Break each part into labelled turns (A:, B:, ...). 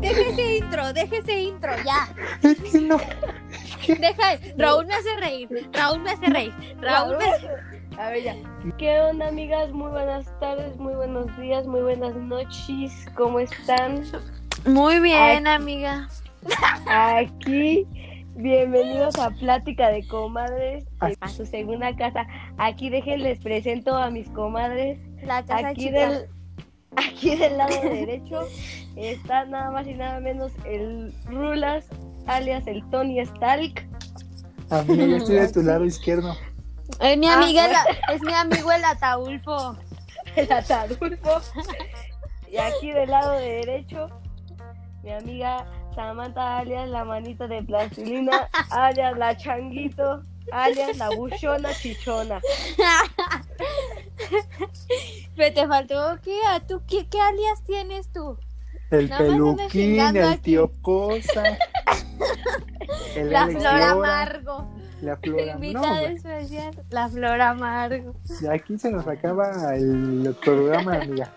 A: Deja ese intro, deja ese intro, ya.
B: Es que no.
A: Deja, Raúl me hace reír, Raúl me hace reír, Raúl me hace...
C: A ver, ya. ¿Qué onda, amigas? Muy buenas tardes, muy buenos días, muy buenas noches. ¿Cómo están?
D: Muy bien, amiga.
C: Aquí, bienvenidos a Plática de Comadres, de su segunda casa. Aquí déjenles presento a mis comadres.
A: La casa
C: Aquí
A: chica.
C: del, aquí del lado derecho está nada más y nada menos el Rulas, alias el Tony Stalk.
B: Amiga, yo estoy de tu lado izquierdo.
D: Es mi
C: Ah,
D: amiga, la- es mi amigo el Ataulfo.
C: el Atadulfo. Y aquí del lado derecho, mi amiga Samantha alias la manita de plastilina, alias la changuito, alias la buchona chichona.
A: Pero te faltó que a tú qué, qué alias tienes tú.
B: El
A: Nada más andas
B: peluquín,
A: chingando
B: el
A: aquí.
B: tío Cosa. El
A: La
B: Alex
A: flor
B: Lora,
A: amargo.
B: La
A: Mi
B: flora. No,
A: Invitada
B: güey,
A: especial. La flor amargo.
B: ya aquí se nos acaba el programa, amiga.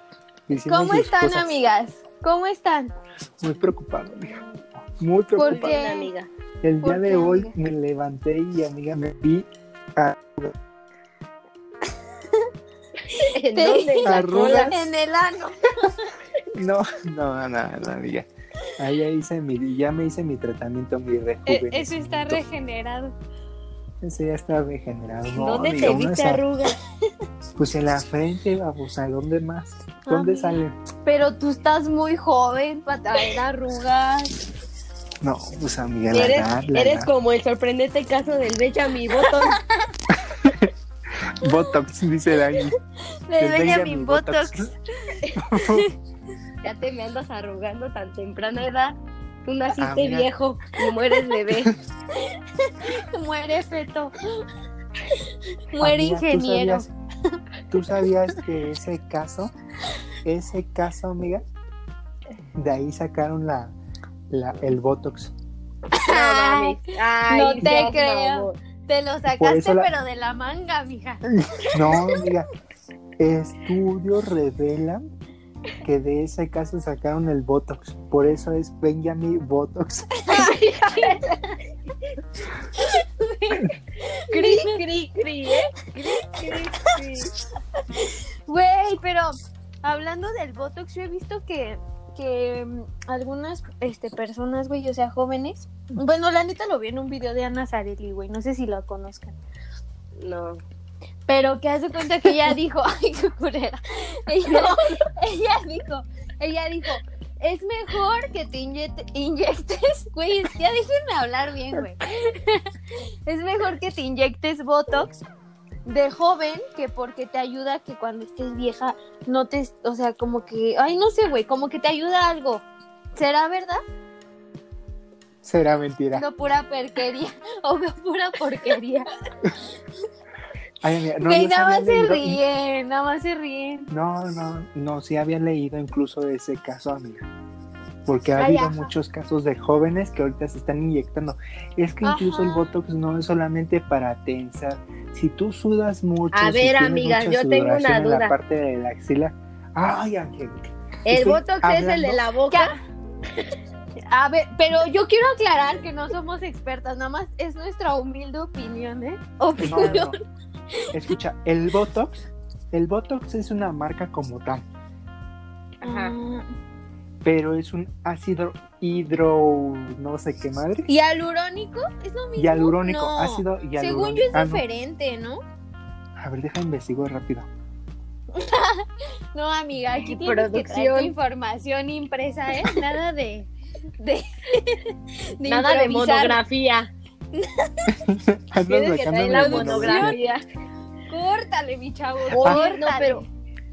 B: Hicimos
A: ¿Cómo
B: sus
A: están,
B: cosas.
A: amigas? ¿Cómo están?
B: Muy preocupado, amiga. Muy
A: ¿Por
B: preocupado.
A: qué?
C: amiga.
B: El día
A: ¿Por
B: de
A: qué,
B: hoy
A: amiga?
B: me levanté y, amiga, me vi a,
C: ¿En
A: Te-
C: dónde? ¿En
B: a
C: la cola?
B: Rulas.
A: En el ano.
B: No, no, no, no, amiga. Ahí ya hice mi, ya me hice mi tratamiento, mi
A: E,
D: Eh,
B: rejuvenecimiento.
D: Eso está regenerado.
B: Ese ya está regenerado. No,
C: ¿Dónde
B: amiga,
C: te
B: uno
C: viste
B: sa-
C: arrugas?
B: Pues en la frente, babosa, ¿dónde más?
D: Ah,
B: ¿Dónde
D: Amiga.
B: sale?
D: Pero tú estás muy joven para traer arrugas.
B: No, pues amiga, la
C: Eres,
B: edad, la
C: eres
B: edad.
C: como el sorprendente caso del Benjamin Button.
B: Botox, dice Dani.
A: Del
B: Del
A: Benjamin
B: Benjamin
A: Botox.
C: Ya te me andas arrugando tan temprana edad. Tú naciste
B: Amiga.
C: viejo y mueres bebé.
A: Muere feto. Muere
B: Amiga, ¿tú
A: ingeniero.
B: sabías- ¿tú sabías, que ese caso, ese caso, amiga, de ahí sacaron la, la- el Botox?
C: No mames. Ay,
D: no te
C: seas
D: creo.
C: mamón.
D: Te lo
B: Por
D: sacaste,
B: eso la-
D: pero de la manga, mija.
B: No, amiga, estudios revelan que de ese caso sacaron el Botox. Por eso es Benjamin Botox.
C: Cri, cri, cri, ¿eh? Cri, cri, cri.
D: Güey, pero hablando del Botox, yo he visto que, que mm, algunas este, personas, güey, o sea, jóvenes. Bueno, la neta lo vi en un video de Ana Zarelli, güey. No sé si lo conozcan.
C: No.
D: Pero que hace cuenta que ella dijo, ay, qué culera. Ella, ella dijo, ella dijo, es mejor que te inyecte- inyectes, güey, es- ya déjenme hablar bien, güey. Es mejor que te inyectes Botox de joven que porque te ayuda que cuando estés vieja no te, o sea, como que, ay, no sé, güey, como que te ayuda algo. ¿Será verdad?
B: Será mentira.
D: No pura porquería, o veo pura porquería.
B: Ay, amiga, no,
D: Güey,
B: yo sí
D: nada
B: había
D: más se
B: leído-
D: ríen, nada más se ríen.
B: No, no, no, sí había leído incluso de ese caso, amiga. Porque ha
D: Ay,
B: habido
D: ajá.
B: muchos casos de jóvenes que ahorita se están inyectando. Es que incluso el
D: Ajá.
B: Botox no es solamente para tensar. Si tú sudas mucho,
C: A
B: si
C: ver,
B: tienes
C: amiga,
B: mucha
C: yo tengo una
B: sudoración En
C: duda.
B: la parte de la axila. Ay, Angélica.
C: El
B: Estoy
C: botox es el de la boca.
D: A ver, pero yo quiero aclarar que no somos expertas, nada más es nuestra humilde opinión, ¿eh?
B: No, no, no. Escucha, el Botox, el Botox es una marca como tal,
C: Ajá.
D: Ah,
B: pero es un ácido hidro, no sé qué madre,
D: ¿Y alurónico? ¿Es lo mismo?
B: hialurónico,
D: No.
B: ácido hialurónico.
D: Según yo es
B: Ah, no.
D: diferente, ¿no?
B: A ver, deja investigo rápido.
D: No, amiga, aquí tienes que traer tu
C: Producción.
D: información impresa, ¿eh? Nada de... de, de
C: Nada de
D: improvisar.
C: monografía.
B: Andas
C: Tienes
B: sacando
C: que traer
B: mi
C: la
B: monografía.
C: monografía.
D: Córtale, mi chavo,
B: Ah,
C: Oye,
D: córtale.
C: no, pero.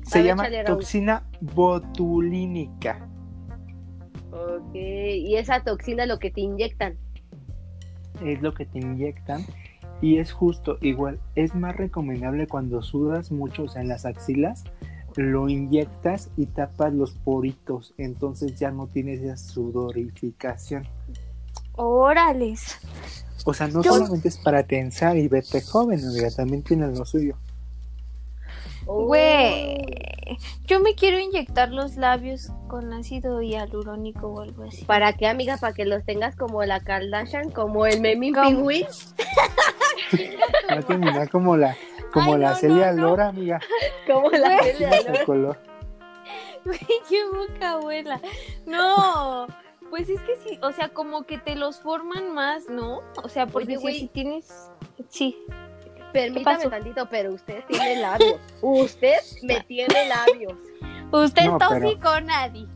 B: Se
C: A ver,
B: llama
C: échale, Raúl.
B: toxina botulínica.
C: Ok. Y esa toxina es lo que te inyectan.
B: Es lo que te inyectan. Y es justo, igual, es más recomendable cuando sudas mucho, o sea, en las axilas, lo inyectas y tapas los poritos. Entonces ya no tienes esa sudorificación.
D: Órales.
B: O sea, no
D: Yo-
B: solamente es para tensar y verte joven, amiga, también tiene lo suyo.
C: Oh.
D: Güey. Yo me quiero inyectar los labios con ácido hialurónico o algo así.
C: Oh. ¿Para qué, amiga? Para que los tengas como la Kardashian, como el Memín Pingüín.
B: Va a terminar como la, como
D: Ay,
B: la
D: no,
B: Celia
D: no, no.
B: Lora, amiga.
C: Como la
B: Sí,
C: Celia
B: de
C: Lora.
B: color.
D: Güey, qué boca abuela. No. Pues es que sí, o sea, como que te los forman más, ¿no? O sea,
C: Oye,
D: porque si,
C: güey.
D: si tienes... Sí.
C: Permítame
D: pasó?
C: tantito, pero usted tiene labios. usted me tiene labios.
D: Usted
B: No, pero-
D: tóxico, nadie.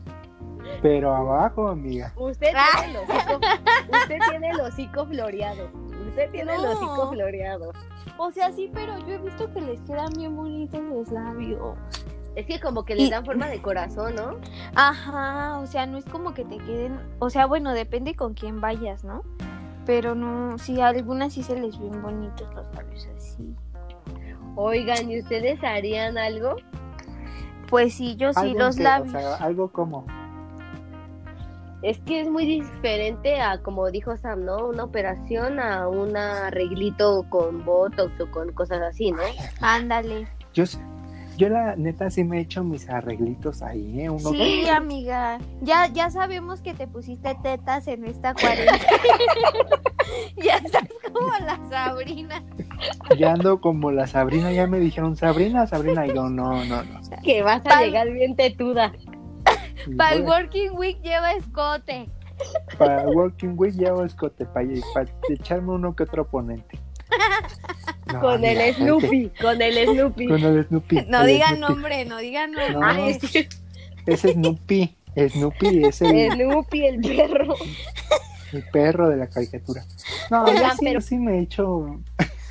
B: Pero abajo, amiga.
C: Usted
D: Ah.
C: tiene el hocico, usted tiene el hocico floreado. Usted tiene el
D: No.
C: hocico floreado.
D: O sea, sí, pero yo he visto que les quedan bien bonitos los labios.
C: Es que como que
D: Y-
C: le dan forma de corazón, ¿no?
D: Ajá, o sea, no es como que te queden, o sea, bueno, depende con quién vayas, ¿no? Pero no, sí, a algunas sí se les ven bonitos los labios así.
C: Oigan, ¿y ustedes harían algo?
D: Pues sí, yo sí,
B: Algo
D: los
B: que- o
D: labios.
B: sea, algo como.
C: Es que es muy diferente a, como dijo Sam, ¿no? Una operación a un arreglito con botox o con cosas así, ¿no?
D: Ándale.
B: Yo, s- yo la neta sí me he hecho mis arreglitos ahí, ¿eh? Uno
D: Sí, amiga. Ya, ya sabemos que te pusiste tetas en esta cuarentena. ya estás como la Sabrina.
B: que pues ya ando como la Sabrina, ya me dijeron Sabrina, Sabrina, y yo no, no, no.
C: Que vas a
D: Pal-
C: llegar bien tetuda.
D: Para el
B: Voy-
D: Working Week lleva escote.
B: para Working Week llevo escote para, echarme uno que otro oponente. No,
C: Con
B: amiga,
C: el
B: hay que-
C: Snoopy, con el Snoopy.
B: Con el Snoopy.
D: No
B: el
D: digan
B: Snoopy.
D: nombre, no digan
B: No.
D: nombre.
C: Ay, sí,
B: Es Snoopy. Snoopy es el,
C: Snoopy, el perro.
B: el perro de la caricatura. No, yo
C: Oigan,
B: sí,
C: pero-
B: sí me he hecho.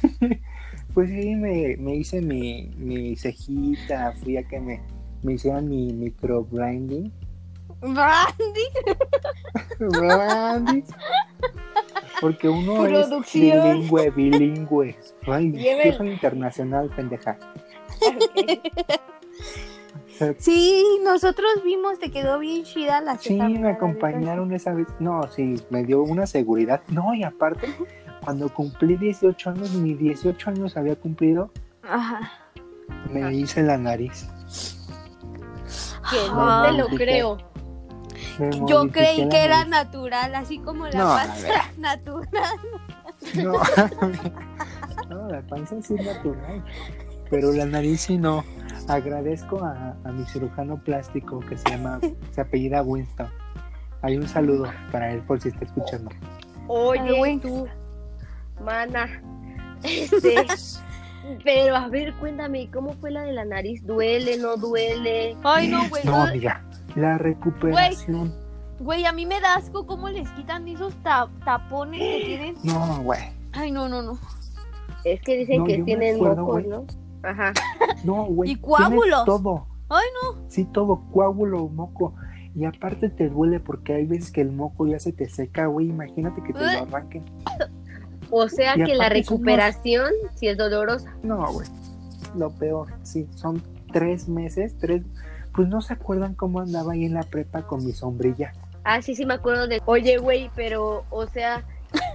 B: pues sí, me, me hice mi, mi cejita. Fui a que me, me hicieran mi microblinding.
D: Brandy.
B: Blinding. Porque uno
C: Producción.
B: es bilingüe, bilingüe. Ay,
C: Lleven-
B: yo soy internacional, pendeja.
D: Sí, nosotros vimos, te quedó bien chida la
B: Sí,
D: teta,
B: me
D: amiga, la
B: acompañaron esa vez. No, sí, me dio una seguridad. No, y aparte, cuando cumplí 18 años, ni 18 años había cumplido,
D: neta. Ajá.
B: me hice la nariz.
C: Que no
D: Ah.
C: te lo creo.
B: Me
D: Yo
B: modifiqué
D: creí
B: la
D: que era
B: nariz.
D: natural, así como la
B: No, a
D: panza natural.
B: No, no, la panza sí es natural. Pero la nariz sí no. Agradezco a, a mi cirujano plástico que se llama, se apellida Winston. Hay un saludo para él por si está escuchando.
D: Ay,
C: Oye,
D: güey.
C: tú, mana. Este, pero a ver, cuéntame, ¿cómo fue la de la nariz? ¿Duele, no duele?
D: Ay, no, güey.
B: No,
D: no,
B: amiga, la recuperación.
D: Güey, a mí me da asco cómo les quitan esos ta- tapones que tienen.
B: No, güey.
D: Ay, no, no, no.
C: Es que dicen
B: No,
C: que
B: yo me
C: tienen
B: acuerdo,
C: mocos,
B: güey.
C: ¿no? Ajá.
B: No, güey.
D: Y
B: tienes
D: coágulos.
B: Todo.
D: Ay,
B: no. Sí, todo, coágulo, moco. Y aparte te duele porque hay veces que el moco ya se te seca, güey. Imagínate que te lo arranquen.
C: O sea
B: Y
C: que la
B: aparte son unos-
C: recuperación sí es dolorosa.
B: No, güey. Lo peor, sí. Son tres meses, tres. Pues no se acuerdan cómo andaba ahí en la prepa con mi sombrilla.
C: Ah, sí, sí me acuerdo de... Oye, güey, pero, o sea,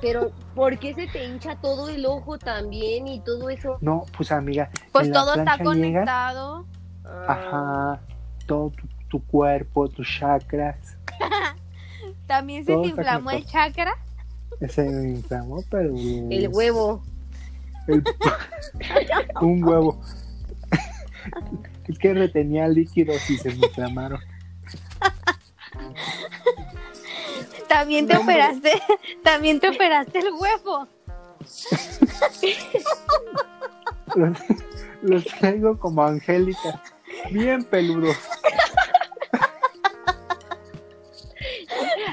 C: pero ¿por qué se te hincha todo el ojo también y todo eso?
B: No, pues amiga.
D: Pues
B: en la
D: todo está
B: plancha llegas,
D: conectado.
C: Ah,
B: Ajá. Todo tu, tu cuerpo, tus chakras.
D: También se
B: Todo
D: te
B: está
D: inflamó el chakra.
B: Se me inflamó, pero.
C: El huevo.
B: El- un huevo. es que retenía líquidos y se me inflamaron.
D: También te
C: No, hombre.
D: operaste, también te operaste el huevo.
B: Los, los traigo como angélica. Bien peludos.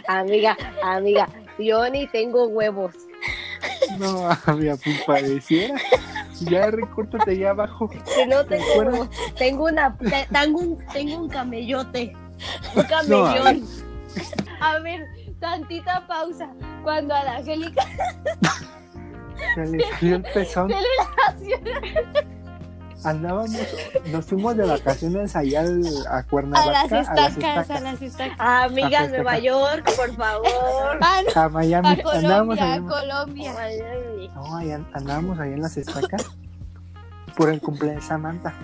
C: Amiga, amiga, yo ni tengo huevos.
B: No, amiga, pues pareciera. Ya recórtate ya abajo.
C: Que no
B: ¿Te
C: tengo
B: acuerdas?
C: huevos. Tengo una te- tengo un, tengo un camellote. Un
B: No, a ver.
C: camellón.
D: A ver, tantita pausa. Cuando a la Angélica
B: Se le salió el pezón.
D: se le nació
B: Andábamos, nos fuimos de vacaciones allá al, a
D: a
B: Cuernavaca.
D: las estacas, a las estacas.
C: Amiga,
B: Ah, pues,
C: Nueva
B: acá.
C: York, por favor.
D: Ah, no,
B: A Miami.
D: a
B: Andábamos
D: Colombia,
B: allá
D: a
B: en-
D: Colombia.
C: Ay,
B: No, ahí an- andábamos ahí en las estacas por el cumpleaños de Samantha.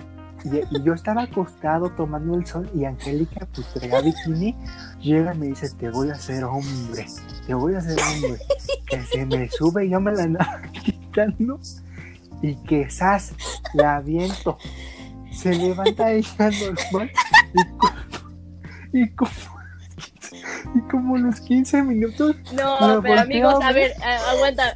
B: Y, y yo estaba acostado tomando el sol y Angélica, pues traía bikini, llega y me dice, te voy a hacer hombre, te voy a hacer hombre. Que se me sube y yo me la andaba quitando y que sas, la aviento. Se levanta ella normal y como, y como, y como a los 15 minutos
C: No,
B: Me
C: pero
B: volteo,
C: amigos, a
B: güey.
C: ver, a- aguanta.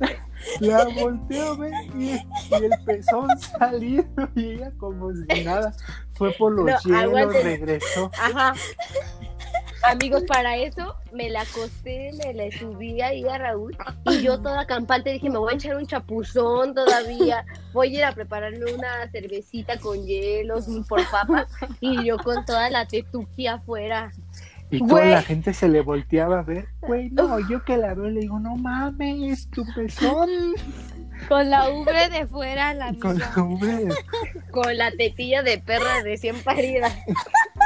B: La volteo a ver y, y el pezón salido y ella como si nada. Fue por los
C: No,
B: hielos,
C: aguanten.
B: regresó.
C: Ajá. Amigos, para eso me la acosté, me la subí ahí a Raúl y yo toda campante dije, me voy a echar un chapuzón todavía, voy a ir a prepararle una cervecita con hielos, un por papas y yo con toda la tetuquia afuera.
B: Y toda
D: Güey.
B: la gente se le volteaba a ver. Güey, no, yo que la veo le digo, no mames, tu pezón.
A: Con la ubre de fuera, la
B: Y Con
A: amiga.
B: la ubre.
C: Con la tetilla de perra recién parida.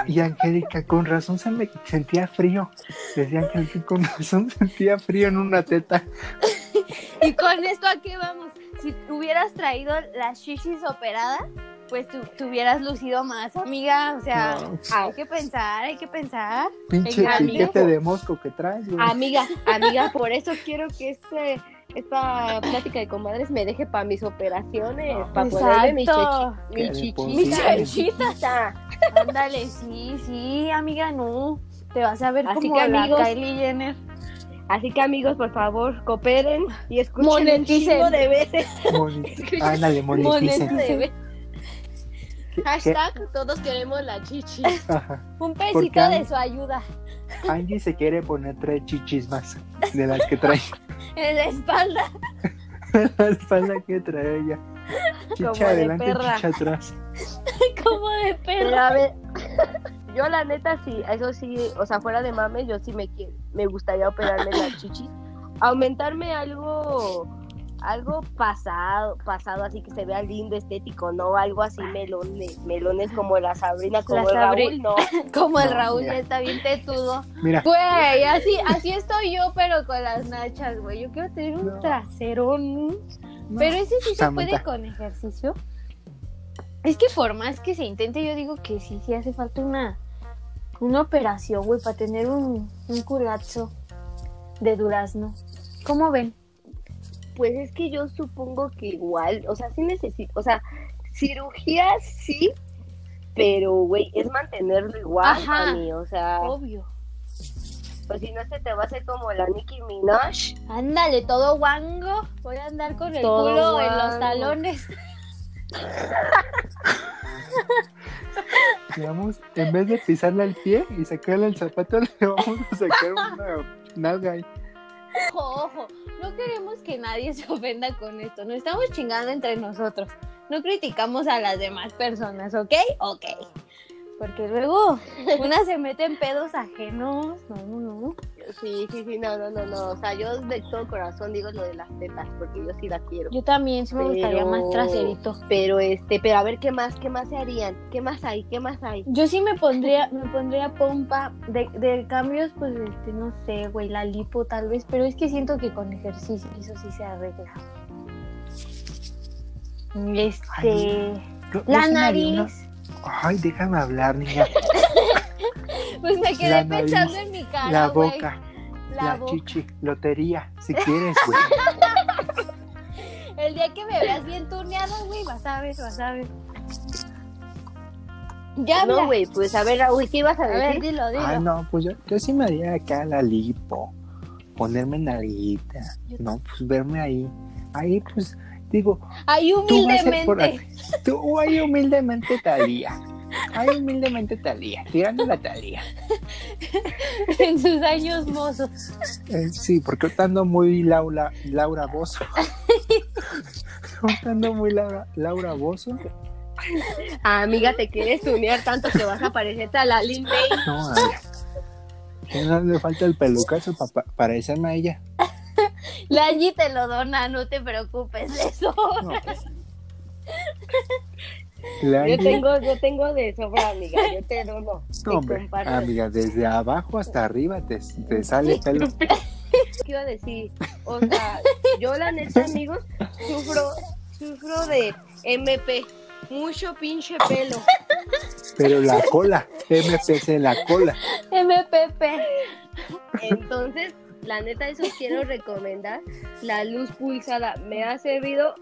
B: Y Angélica, con razón se me sentía frío. Decía Angélica, con razón sentía frío en una teta.
D: Y con esto a qué vamos. Si hubieras traído las shishis operadas, pues tú, te hubieras lucido más, amiga. O sea,
B: No, pues,
D: hay que pensar, hay que pensar.
B: pinche
D: Venga, amigo.
B: piquete de mosco que traes, güey.
C: Amiga, amiga, por eso quiero que este, esta plática de comadres me deje para mis operaciones, para ponerme mi,
D: Exacto.
C: chichi-
B: Que le
C: mi
D: Mi
B: Sí.
C: chichita.
D: chanchita. Ándale, sí, sí, amiga, no. Te vas a ver
C: Así
D: como
C: que,
D: la
C: amigos,
D: Kylie Jenner.
C: Así que amigos, por favor, cooperen y escuchen un
D: Moneticen.
C: chingo de veces.
B: Moni- Ándale, moneticen. Que- que-
C: Hashtag todos queremos la chichi.
B: ajá.
D: Un
B: Porque
D: pesito
B: han-
D: de su ayuda.
B: Angie se quiere poner tres chichis más de las que trae,
D: En la espalda.
B: de la espalda que trae ella. Chicha
C: Como de
B: adelante,
C: perra.
B: chicha atrás.
D: Como de perro.
C: Pero a ver, yo la neta sí, eso sí, o sea, fuera de mames, yo sí me quiero, me gustaría operarme la chichi. Aumentarme algo, algo pasado, pasado, así que se vea lindo, estético, no algo así melones, melones como la Sabrina,
D: La
C: como el
D: Sabri-
C: Raúl, no.
D: Como el
B: No,
D: Raúl
B: mira.
D: ya está bien tetudo.
B: Mira,
D: Güey, así, así estoy yo, pero con las nachas, güey. Yo quiero tener un
B: No.
D: traserón. Pero ese sí se
B: Samantha.
D: puede con ejercicio. Es que por más que se intente, yo digo que sí, sí hace falta una, una operación, güey, para tener un, un culazo de durazno. ¿Cómo ven?
C: Pues es que yo supongo que igual, o sea, sí necesito, o sea, cirugía sí, pero güey, es mantenerlo igual,
D: Ajá. Oh.
C: mami, o sea,
D: Obvio.
C: pues si no se te va a hacer como la Nicki Minaj.
D: Ándale, todo guango. Voy a andar con el
C: Todo
D: culo en los
C: guango.
D: talones.
B: le vamos, en vez de pisarle el pie y sacarle el zapato, le vamos a sacar una nalga ahí.
D: Ojo, ojo. No queremos que nadie se ofenda con esto. No estamos chingando entre nosotros. No criticamos a las demás personas, ¿ok? Ok. Porque luego una se mete en pedos ajenos. No, no, no.
C: Sí, sí, sí, no, no, no, no, o sea, yo de todo corazón digo lo de las tetas, porque yo sí la quiero.
D: Yo también sí me gustaría
C: Pero-
D: más traserito.
C: Pero este, pero a ver qué más, qué más se harían, qué más hay, qué más hay.
D: Yo sí me pondría, me pondría pompa de, de cambios, pues este, no sé, güey, la lipo tal vez, pero es que siento que con ejercicio eso sí se arregla. Este,
B: Ay, Yo- yo
D: la
B: sí me haría
D: nariz.
B: una- Ay, déjame hablar, niña.
D: Pues me quedé
B: La nariz,
D: pensando en mi cara,
B: La
D: Ah, güey.
B: boca,
D: La
B: la
D: boca.
B: chichi, lotería, si quieres, güey.
D: El día que me veas bien tuneada, güey, vas a ver, vas a ver. Ya habla.
C: No, güey, pues a ver, Raúl, ¿qué ibas a
D: a
C: decir?
D: ver, dilo, dilo.
B: Ay, no, pues yo, yo sí me haría acá la lipo, ponerme nalguita, no, pues verme ahí. Ahí, pues, digo,
D: Ay,
B: Tú vas a ir por
D: humildemente.
B: aquí. Tú ahí humildemente Talía. Ahí humildemente Talía, tirando la Talía.
D: En sus años mozos.
B: Eh, sí, porque ahorita ando muy Laura, Laura Bozo. Ahorita ando muy Laura, Laura Bozo.
C: Amiga, te quieres tunear tanto que vas a parecerte a la Lin May.
B: No, amiga. Que No le falta el pelucazo pa- pa- para parecerme a ella.
D: La Angie te lo dona, no te preocupes de eso.
B: No. pues. La
C: Yo
B: Angie-
C: tengo, yo tengo de sobra, amiga. Yo te dono.
B: no, hombre, Ah, amiga, desde abajo hasta arriba te, te sale pelo.
C: ¿Qué iba a decir? O sea, yo la neta, amigos, sufro, sufro de MP. Mucho pinche pelo.
B: pero la cola, MPC la cola.
D: MPP.
C: Entonces, la neta, eso quiero recomendar. La luz pulsada me ha servido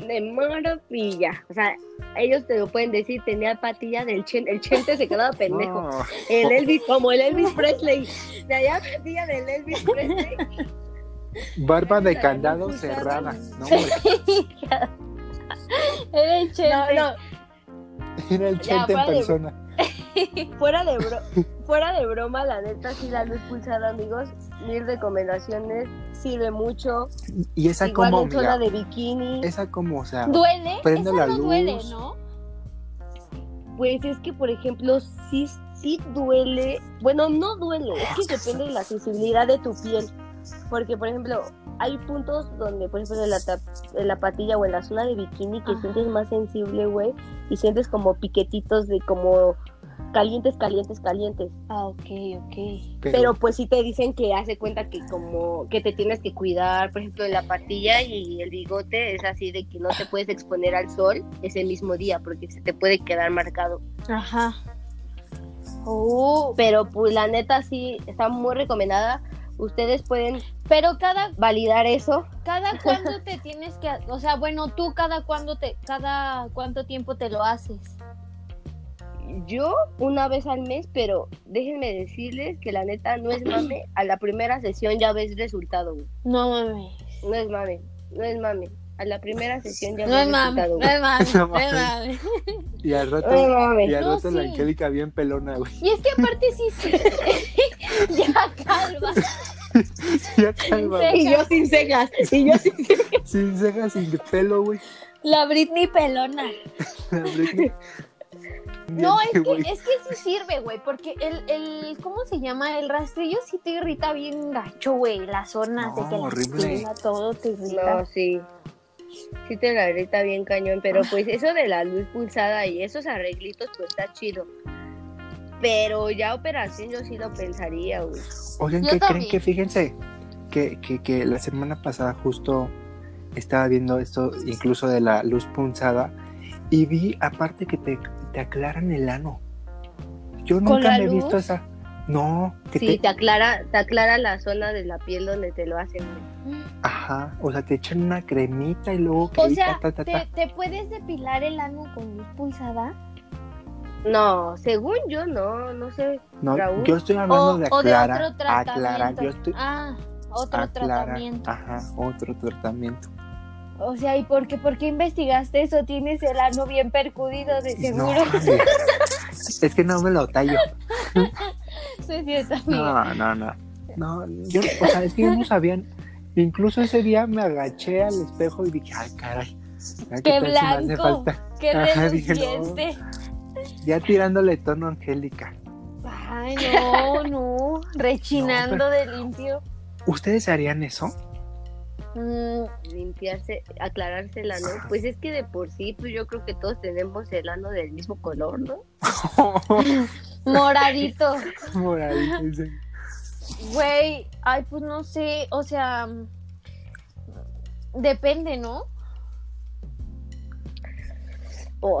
C: mm, de maravilla. O sea, ellos te lo pueden decir, tenía patilla del chente. El chente se quedaba pendejo.
B: No,
C: El Elvis, como el Elvis Presley. Tenía patilla del Elvis Presley.
B: barba de candado cerrada. No, hombre,
D: Era el
C: No,
D: chente.
C: no,
B: era el chente en
C: fuera de-
B: persona.
C: fuera de, bro- fuera de broma, la neta, sí, la luz pulsada, amigos. Mil recomendaciones. Sirve mucho.
B: Y esa
C: Igual
B: como,
C: en
B: mira,
C: zona de bikini.
B: esa como, o sea,
D: ¿Duele?
B: Prende
D: Esa
B: la
D: no duele,
B: luz.
D: ¿no?
C: Pues es que, por ejemplo, sí, sí duele. Bueno, no duele, es que depende de la sensibilidad de tu piel. Porque, por ejemplo, hay puntos donde, por ejemplo, en la, tap- en la patilla o en la zona de bikini que
D: Ajá.
C: sientes más sensible, güey, y sientes como piquetitos de como calientes, calientes, calientes.
D: Ah, ok, ok.
C: Pero, pues sí te dicen que hace cuenta que como que te tienes que cuidar, por ejemplo, en la patilla y el bigote es así de que no te puedes exponer al sol ese mismo día porque se te puede quedar marcado.
D: Ajá. Oh,
C: pero pues la neta sí está muy recomendada. Ustedes pueden
D: pero cada,
C: validar eso.
D: cada cuándo te tienes que, o sea, bueno, tú cada cuándo te, cada cuánto tiempo te lo haces.
C: Yo una vez al mes, pero déjenme decirles que la neta no es mame. A la primera sesión ya ves resultado, güey.
D: No mames.
C: No es mame, no es mame. A la primera sesión ya
A: No
C: ves
A: es mami, no
C: resultado, güey.
A: es mami,
B: No
A: no es mami.
B: Y al rato,
C: No es mame.
B: y al
D: No,
B: rato la
D: sí.
B: Angélica bien pelona, güey.
D: Y es que aparte sí, sí. ya calma.
B: Ya calma,
D: Sí.
B: güey.
C: Y yo sin cejas, y yo sin cejas.
B: Sin cejas, sin pelo, güey.
A: La Britney pelona.
B: La Britney.
D: No, es
B: Güey.
D: que, es que sí sirve, güey, porque el, el, ¿cómo se llama? El rastrillo sí te irrita bien gacho, güey, las zonas
B: No,
D: de que la
B: horrible.
D: espina, todo te irrita.
C: No, sí. Sí te la grita bien cañón, pero pues eso de la luz pulsada y esos arreglitos pues está chido. Pero ya operación yo sí lo pensaría, güey.
B: Oigan,
D: Yo
B: ¿qué creen?
D: también.
B: Que fíjense que, que, que la semana pasada justo estaba viendo esto, incluso de la luz punzada, y vi aparte que te, te aclaran el ano. Yo
A: ¿Con
B: nunca
A: la
B: me he
A: luz?
B: visto esa. No, que
C: Sí,
B: te.
C: te aclara, te aclara la zona de la piel donde te lo hacen. güey.
D: Mm,
B: Ajá, o sea, te echan una cremita y luego que
D: O
B: ahí
D: sea,
B: ta, ta, ta,
D: ¿Te,
B: ta.
D: te puedes depilar el ano con luz pulsada?
C: No, según yo no, no sé.
B: No,
C: Raúl.
B: yo estoy hablando
D: o,
B: de
D: o de
B: aclarar.
D: otro tratamiento.
B: aclarar, yo estoy.
D: Ah, otro
B: aclarar,
D: tratamiento.
B: Ajá, otro tratamiento.
D: O sea, ¿y por qué, por qué investigaste eso? Tienes el ano bien percudido, de seguro.
B: No, amiga. es que no me lo tallo.
D: Sí, es cierto, amiga.
B: No, no, no. No, yo, o sea, es que yo no sabía. Incluso ese día me agaché al espejo y dije, ay, caray. ay,
D: Qué
B: tal si me hace
D: blanco.
B: falta?".
D: Qué
B: Ajá, dije, no.
D: reluciente.
B: Ya tirándole tono a Angélica.
D: Ay, no, no. Rechinando
B: No,
D: de limpio.
B: ¿Ustedes harían eso?
D: Mm,
C: Limpiarse, aclararse el ano. Pues es que de por sí, pues yo creo que todos tenemos el ano del mismo color, ¿no?
D: moradito.
B: Moradito, dice.
D: Güey, ay, pues no sé. O sea, mm, depende, ¿no?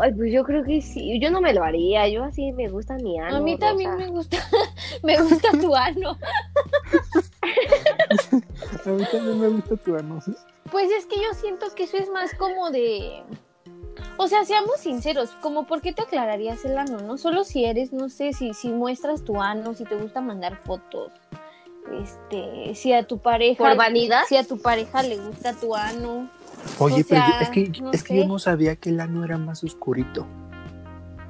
C: Ay, pues yo creo que sí. Yo no me lo haría. Yo así me gusta mi
B: Ah,
C: ano.
D: A mí
C: rosa.
D: también me gusta, me gusta tu ano.
B: A mí también me gusta tu ano.
D: Pues es que yo siento que eso es más como de. O sea, seamos sinceros, como por qué te aclararías el ano, ¿no? Solo si eres, no sé, si, si muestras tu ano, si te gusta mandar fotos, este, si a tu pareja,
C: ¿Por vanidad?
D: si a tu pareja le gusta tu ano.
B: Oye,
D: O
B: pero yo-
D: sea,
B: es que,
D: no
B: es que yo
D: sé.
B: no sabía que el ano era más oscurito.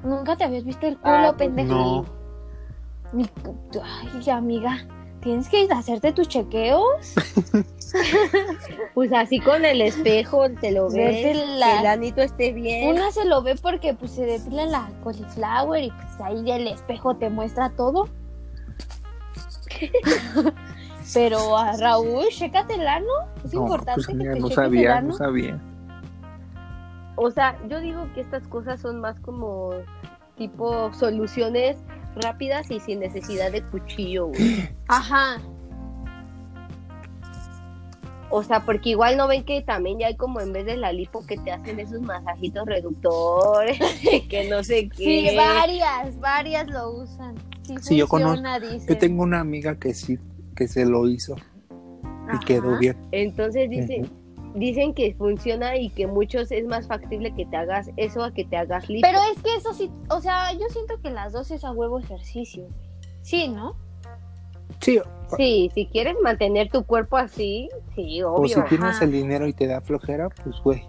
D: Nunca te habías visto el culo,
C: Ah, pues
D: pendejo.
B: No.
D: Mi puto- Ay, amiga, tienes que hacerte tus chequeos.
C: Pues así con el espejo te lo ves.
D: Verte la-
C: Que el anito esté bien.
D: Una se lo ve porque pues se depila la cauliflower y pues ahí el espejo te muestra todo. Pero a Raúl, chécate el ano. Es
B: no,
D: importante
B: pues amiga,
D: que te
B: no
D: cheques el
B: sabía,
D: ano.
B: no sabía.
C: O sea, yo digo que estas cosas son más como tipo soluciones rápidas y sin necesidad de cuchillo, güey.
D: Ajá.
C: O sea, porque igual no ven que también ya hay como en vez de la lipo que te hacen esos masajitos reductores, que no sé qué.
D: Sí, varias, varias lo usan. Sí,
B: Sí, yo
D: funciona, dicen.
B: Yo tengo una amiga que sí, que se lo hizo y
D: Ajá.
B: quedó bien.
C: Entonces dicen, dicen que funciona y que muchos es más factible que te hagas eso a que te hagas lipo.
D: Pero es que eso sí, o sea, yo siento que las dos es a huevo ejercicio. Sí, ¿no?
B: Sí,
C: Sí, si quieres mantener tu cuerpo así, sí,
B: o si
C: obvio.
B: tienes
D: ajá.
B: el dinero y te da flojera, pues güey.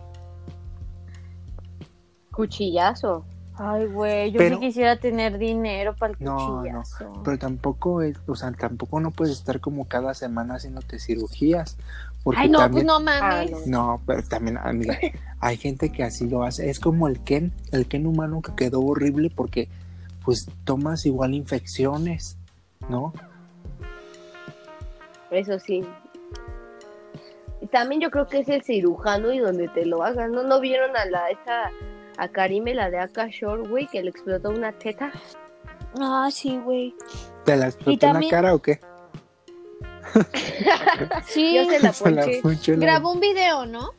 C: Cuchillazo.
D: Ay, güey, yo
B: Pero-
D: sí quisiera tener dinero para el
B: No, no.
D: cuchillazo.
B: Pero tampoco es, o sea, tampoco no puedes estar como cada semana haciéndote cirugías. Porque
D: Ay, no, pues
B: también,
D: no
C: Ah,
D: mames.
C: no.
B: No, pero también, amiga, hay gente que así lo hace. Es como el Ken, el Ken humano que quedó horrible porque, pues, tomas igual infecciones, ¿no?
C: Eso sí. Y También yo creo que es el cirujano y donde te lo hagan. ¿No, no vieron a la esta a Karime, la de Aka Shore, güey, que le explotó una teta?
A: Ah, sí, güey.
B: ¿Te la explotó en
A: también-
B: la cara o qué?
D: Sí,
C: Yo se la
B: Se la
C: ponché.
B: ponchó en la-
D: grabó un video, ¿no?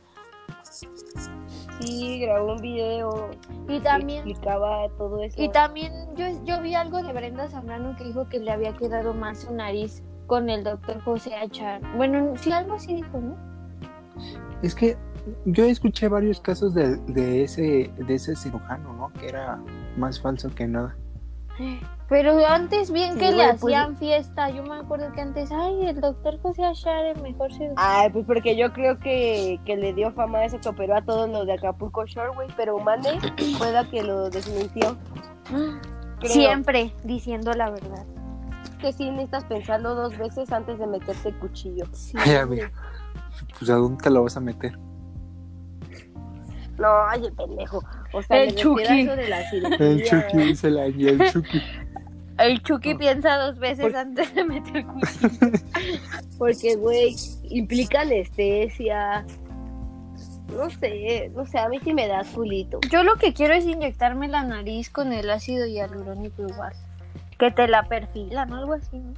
C: Sí, grabó un video
D: Y
C: que
D: también,
C: explicaba todo eso.
D: y también yo, yo vi algo de Brenda Zambrano que dijo que le había quedado más su nariz con el doctor José Achar. Bueno, sí, algo así dijo, ¿no?
B: Es que yo escuché varios casos de, de ese, de ese cirujano, ¿no? Que era más falso que nada.
D: Pero antes bien
C: Sí,
D: que le
C: güey, pues-
D: hacían fiesta. Yo me acuerdo que antes, ay, el doctor José Achar es mejor cirujano.
C: Ay, pues porque yo creo que, que le dio fama a eso que operó a todos los de Acapulco Shore, güey, pero Mane fue la que lo desmintió. Creo
D: Ah, Siempre diciendo la verdad.
C: que sí necesitas pensarlo dos veces antes de meterte el cuchillo.
D: Sí,
B: Ay, amiga, pues, ¿a dónde te lo vas a meter?
C: No, oye, pendejo. O sea,
D: El
C: me
D: Chucky.
C: refiero a eso de la cirugía.
B: El Chucky, dice la y el Chucky.
D: El Chucky piensa dos veces antes de meter el cuchillo.
C: Porque, güey, implica anestesia. No sé, no sé, a mí sí me da culito.
D: Yo lo que quiero es inyectarme la nariz con el ácido hialurónico igual. Que te la perfilan o algo así, ¿no?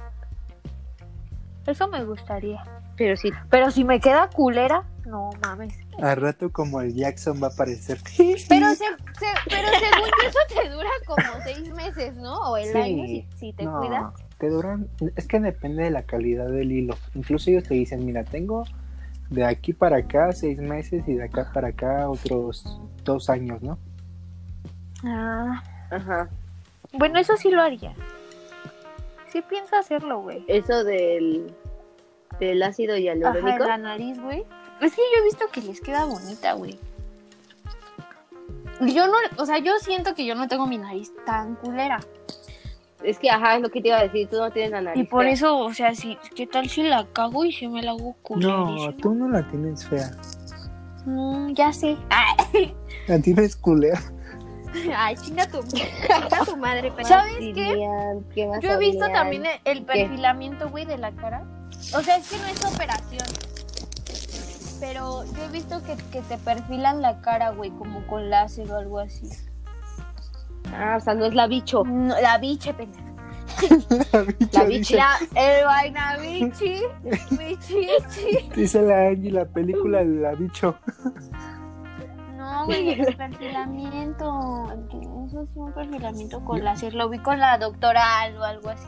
D: Eso me gustaría.
C: Pero sí,
D: Pero si me queda culera, no mames.
B: Al rato como el Jackson va a aparecer.
D: Pero, se, se- pero según yo, eso te dura como seis meses, ¿no? O el
B: Sí.
D: año si, si te
B: No,
D: cuidas.
B: te duran, es que depende de la calidad del hilo. Incluso ellos te dicen, mira, tengo de aquí para acá seis meses y de acá para acá otros dos años, ¿no?
D: Ah,
C: ajá.
D: bueno, eso sí lo haría. Sí pienso hacerlo, güey.
C: Eso del, del ácido
D: Ajá, en
C: hialurónico.
D: la nariz, güey. Es que yo he visto que les queda bonita, güey. Yo no, o sea, yo siento que yo no tengo mi nariz tan culera.
C: Es que, ajá, es lo que te iba a decir, tú no tienes la nariz.
D: Y por
C: fea.
D: eso, o sea, si, ¿qué tal si la cago y si me la hago
B: No,
D: culerísima?
B: tú no la tienes fea.
D: Mm, ya sé.
B: La tienes culera.
D: Ay, chinga tu.
C: tu madre,
D: pero- ¿Sabes qué?
C: Dirían, ¿qué más
D: Ah, Yo he visto
C: harían?
D: también el- el perfilamiento, güey, de la cara. O sea, es que no es operación. Pero yo he visto que, que te perfilan la cara, güey, como con láser o algo así.
C: Ah, o sea, no es la bicho.
D: No, la biche, pendeja.
C: La biche.
D: La, el vaina bichi, bichi, bichi.
B: Dice la Angie, la película de la bicho.
D: No, güey, el perfilamiento. Eso es un perfilamiento con láser. Lo vi con la doctora Alba, algo así.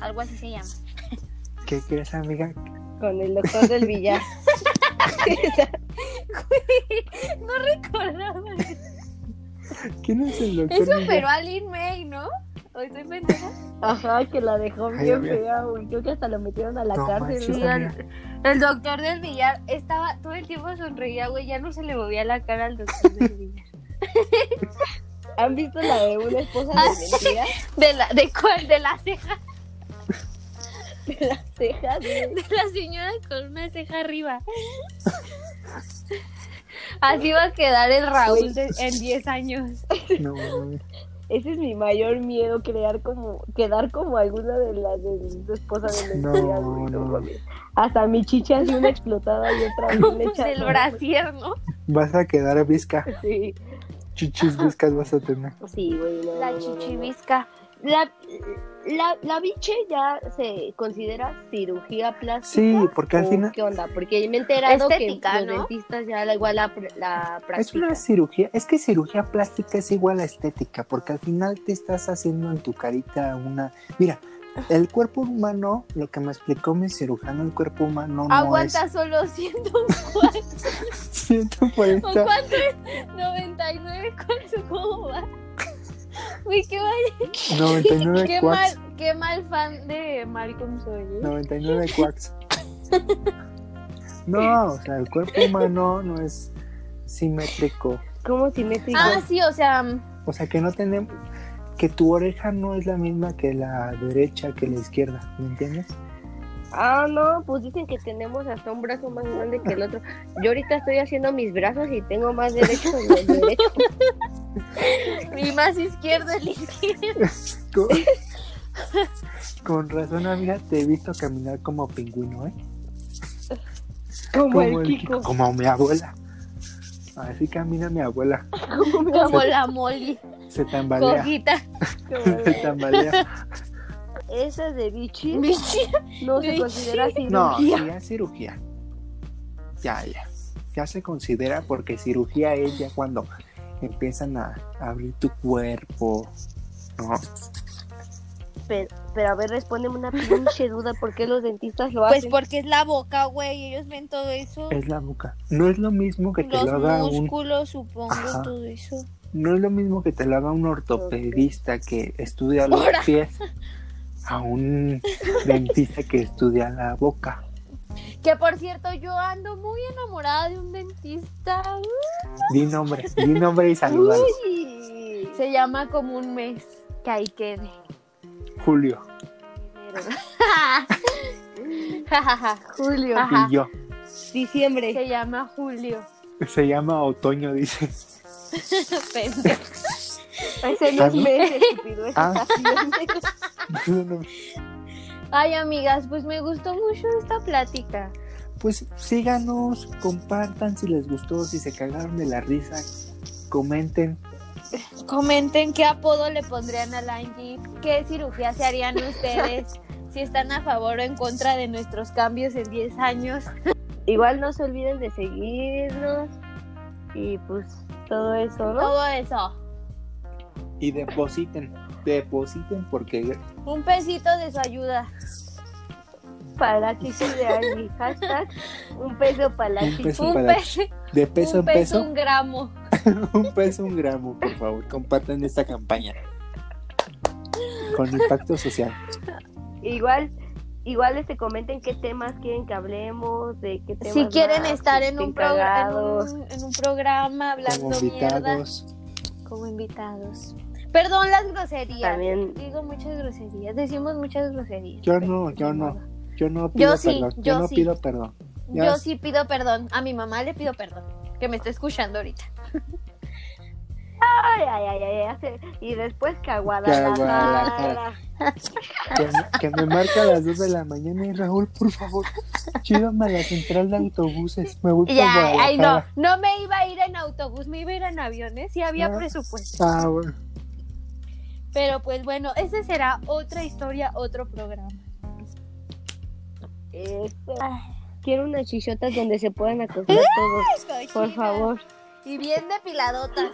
D: Algo así se llama.
B: ¿Qué crees, amiga?
C: Con el doctor del villar.
D: No recordaba.
B: ¿Quién es el doctor?
D: Eso
B: Miguel?
D: pero Aline May, ¿no? Hoy estoy pendeja.
C: Ajá, que la dejó
B: Ay,
C: bien
B: amiga.
C: fea, güey. Creo que hasta lo metieron a la
B: No
C: cárcel.
B: manches,
C: güey.
B: amiga.
D: El doctor del billar estaba todo el tiempo sonreía, güey. Ya no se le movía la cara al doctor del billar.
C: ¿Han visto la de una esposa de mentira?
D: ¿De, la, de cuál? De la ceja.
C: Cejas, güey.
D: De la señora con una ceja arriba. Así va a quedar el Raúl de- en 10 años.
B: No, mami.
C: Ese es mi mayor miedo, crear como, quedar como alguna de las de su esposa de
B: No,
C: mentira, güey.
B: no.
C: mames. Hasta mi chicha así una explotada y otra bien
D: Pues
C: hecha,
D: el
C: ¿no?
D: brasier, ¿no?
B: vas a quedar visca.
C: Sí,
B: Chichis viscas vas a tener.
C: sí, güey. no, no,
D: La
C: no, no, no.
D: chichivisca. La,
C: la, la biche ya se considera cirugía plástica.
B: Sí, porque al
C: ¿O
B: final
C: ¿Qué onda? Porque me he enterado
D: Estética,
C: que los
D: ¿no?
C: dentistas ya la, igual la, pr- la
B: es
C: practican.
B: una cirugía, es que cirugía plástica es igual a estética, porque al final te estás haciendo en tu carita una... Mira, el cuerpo humano, lo que me explicó mi cirujano, el cuerpo humano no
D: Aguanta solo 104.
B: es...
D: ¿O
B: 140.
D: cuánto es? 99. ¿cuánto? ¿Cómo va? Uy, qué, mal,
B: 99
D: qué,
B: quads.
D: mal, qué mal fan de Malcolm soy. ¿eh?
B: 99 quacks. No, o sea, el cuerpo humano no es simétrico.
C: ¿Cómo simétrico?
D: Ah, sí, o sea,
B: O sea, que no tenemos. Que tu oreja no es la misma que la derecha, que la izquierda. ¿Me entiendes?
C: Ah, no, pues dicen que tenemos hasta un brazo más grande que el otro. Yo ahorita estoy haciendo mis brazos y tengo más derecho que el derecho.
D: mi más izquierdo es la izquierda.
B: Con, con razón, amiga, te he visto caminar como pingüino, ¿eh?
C: Como,
B: el Kiko, Como mi abuela. Así camina mi abuela.
D: Como la Molly.
B: Se tambalea.
D: Cojita.
B: Se tambalea.
C: Esa de bichi
D: Bichi.
C: no se
D: bichi.
C: considera cirugía.
B: No, sí, ya es cirugía. Ya, ya. Ya se considera porque cirugía es ya cuando empiezan a abrir tu cuerpo. No.
C: Pero, pero a ver, respóndeme una pinche duda, ¿por qué los dentistas lo
D: Pues
C: hacen?
D: porque es la boca, güey. Ellos ven todo eso.
B: Es la boca. No es lo mismo que te
D: Los
B: lo haga un
D: músculos, supongo,
B: Ajá.
D: todo eso.
B: no es lo mismo que te lo haga un ortopedista que estudia los
D: Ahora.
B: pies a un dentista que estudia la boca.
D: Que por cierto, yo ando muy enamorada de un dentista. uh,
B: Di nombre, di nombre y salúdalo.
C: Uy.
D: Se llama como un mes. Que ahí quede.
B: Julio
D: Julio.
B: y yo.
C: Diciembre.
D: Se llama Julio.
B: Se llama Otoño, dice.
D: Pendejo.
C: Ese no es mes, estúpido. ese
B: Ah.
C: es paciente.
D: Ay, amigas, pues me gustó mucho esta plática.
B: Pues síganos, compartan si les gustó, si se cagaron de la risa, comenten.
D: Comenten qué apodo le pondrían a Angie, qué cirugía se harían ustedes, si están a favor o en contra de nuestros cambios en 10 años.
C: Igual no se olviden de seguirnos y pues todo eso, ¿no?
D: Todo eso.
B: Y depositen, depositen porque
D: Un pesito de su ayuda.
C: Para la chichi de Angie. Hashtag un peso para la
B: Un
C: chichi.
B: peso.
D: Un,
B: para-
D: pe-
B: de
D: un
B: peso
D: peso,
B: en peso,
D: un gramo.
B: un peso, un gramo, por favor, compartan esta campaña. Con impacto social.
C: Igual, igual este comenten qué temas quieren que hablemos, de qué temas.
D: Si quieren
C: más,
D: estar
C: que
D: en un,
C: estén
D: progr- en
C: cagados.
D: un- en un programa hablando
B: como
D: mierda
B: invitados.
D: como invitados. Perdón las groserías.
C: También.
D: Digo muchas groserías. Decimos muchas groserías.
B: Yo
D: pero
B: no,
D: pues
B: yo
D: ni
B: no.
D: modo.
B: Yo no pido
D: Yo sí,
B: perdón. Yo,
D: yo
B: no
D: sí.
B: pido perdón. Ya
D: Yo
B: es-
D: sí pido perdón. A mi mamá le pido perdón. Que me está escuchando ahorita.
C: Ay, ay, ay, ay, hace- Y después
B: Caguadalajara.
C: Caguadalajara.
B: Que, me- que me marca a las 2 de la mañana y Raúl, por favor, llévame a la central de autobuses. Me voy por
D: Ya, ay, no.
B: Guadalajara.
D: No me iba a ir en autobús, me iba a ir en aviones y había
B: Ah.
D: presupuesto.
B: Ah, bueno.
D: Pero pues bueno, ese será otra historia, otro programa.
C: Eso. Este, Quiero unas chichotas donde se puedan acostar todos, por favor.
D: Y bien depiladotas.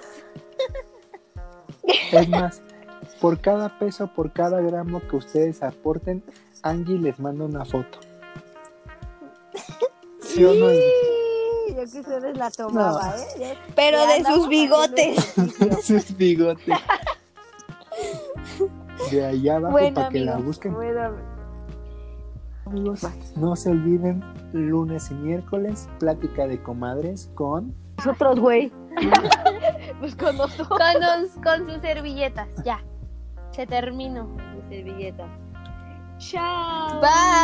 B: Es más, por cada peso, por cada gramo que ustedes aporten, Angie les manda una foto. ¿Sí o no, Angie?
C: Sí, Yo que ustedes la tomaba, ¿eh? Ya-
D: Pero
C: ya
D: de
C: andamos
D: sus bigotes.
C: haciendo ejercicio.
B: Sus bigotes. De allá abajo
D: Bueno,
B: para que la
D: amigos,
B: busquen.
C: Bueno,
B: Amigos, no se olviden, lunes y miércoles, plática de comadres con
C: nosotros, güey. pues con nosotros.
D: Con, los- con sus servilletas, ya. Se terminó.
C: Servilleta. Chao.
D: Bye.